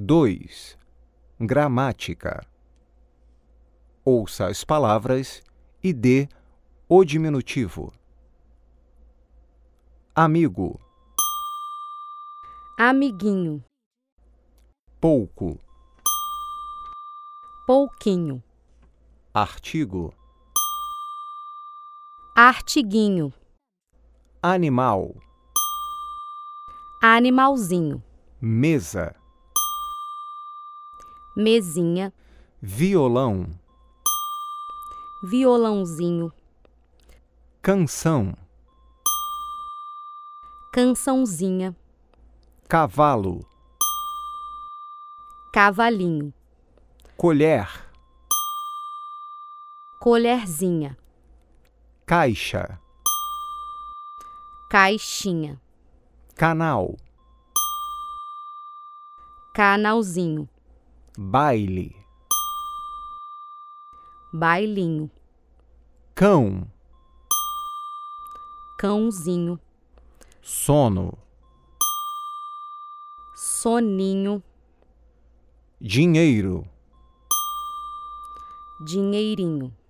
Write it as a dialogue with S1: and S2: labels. S1: 2. Gramática. Ouça as palavras e dê o diminutivo. Amigo,
S2: amiguinho,
S1: pouco,
S2: pouquinho,
S1: artigo,
S2: artiguinho,
S1: animal,
S2: animalzinho,
S1: mesa,
S2: mesinha,
S1: violão,
S2: violãozinho,
S1: canção,
S2: cançãozinha,
S1: cavalo,
S2: cavalinho,
S1: colher,
S2: colherzinha,
S1: caixa,
S2: caixinha,
S1: canal,
S2: canalzinho,
S1: baile,
S2: bailinho,
S1: cão,
S2: cãozinho,
S1: sono,
S2: soninho,
S1: dinheiro.
S2: dinheirinho.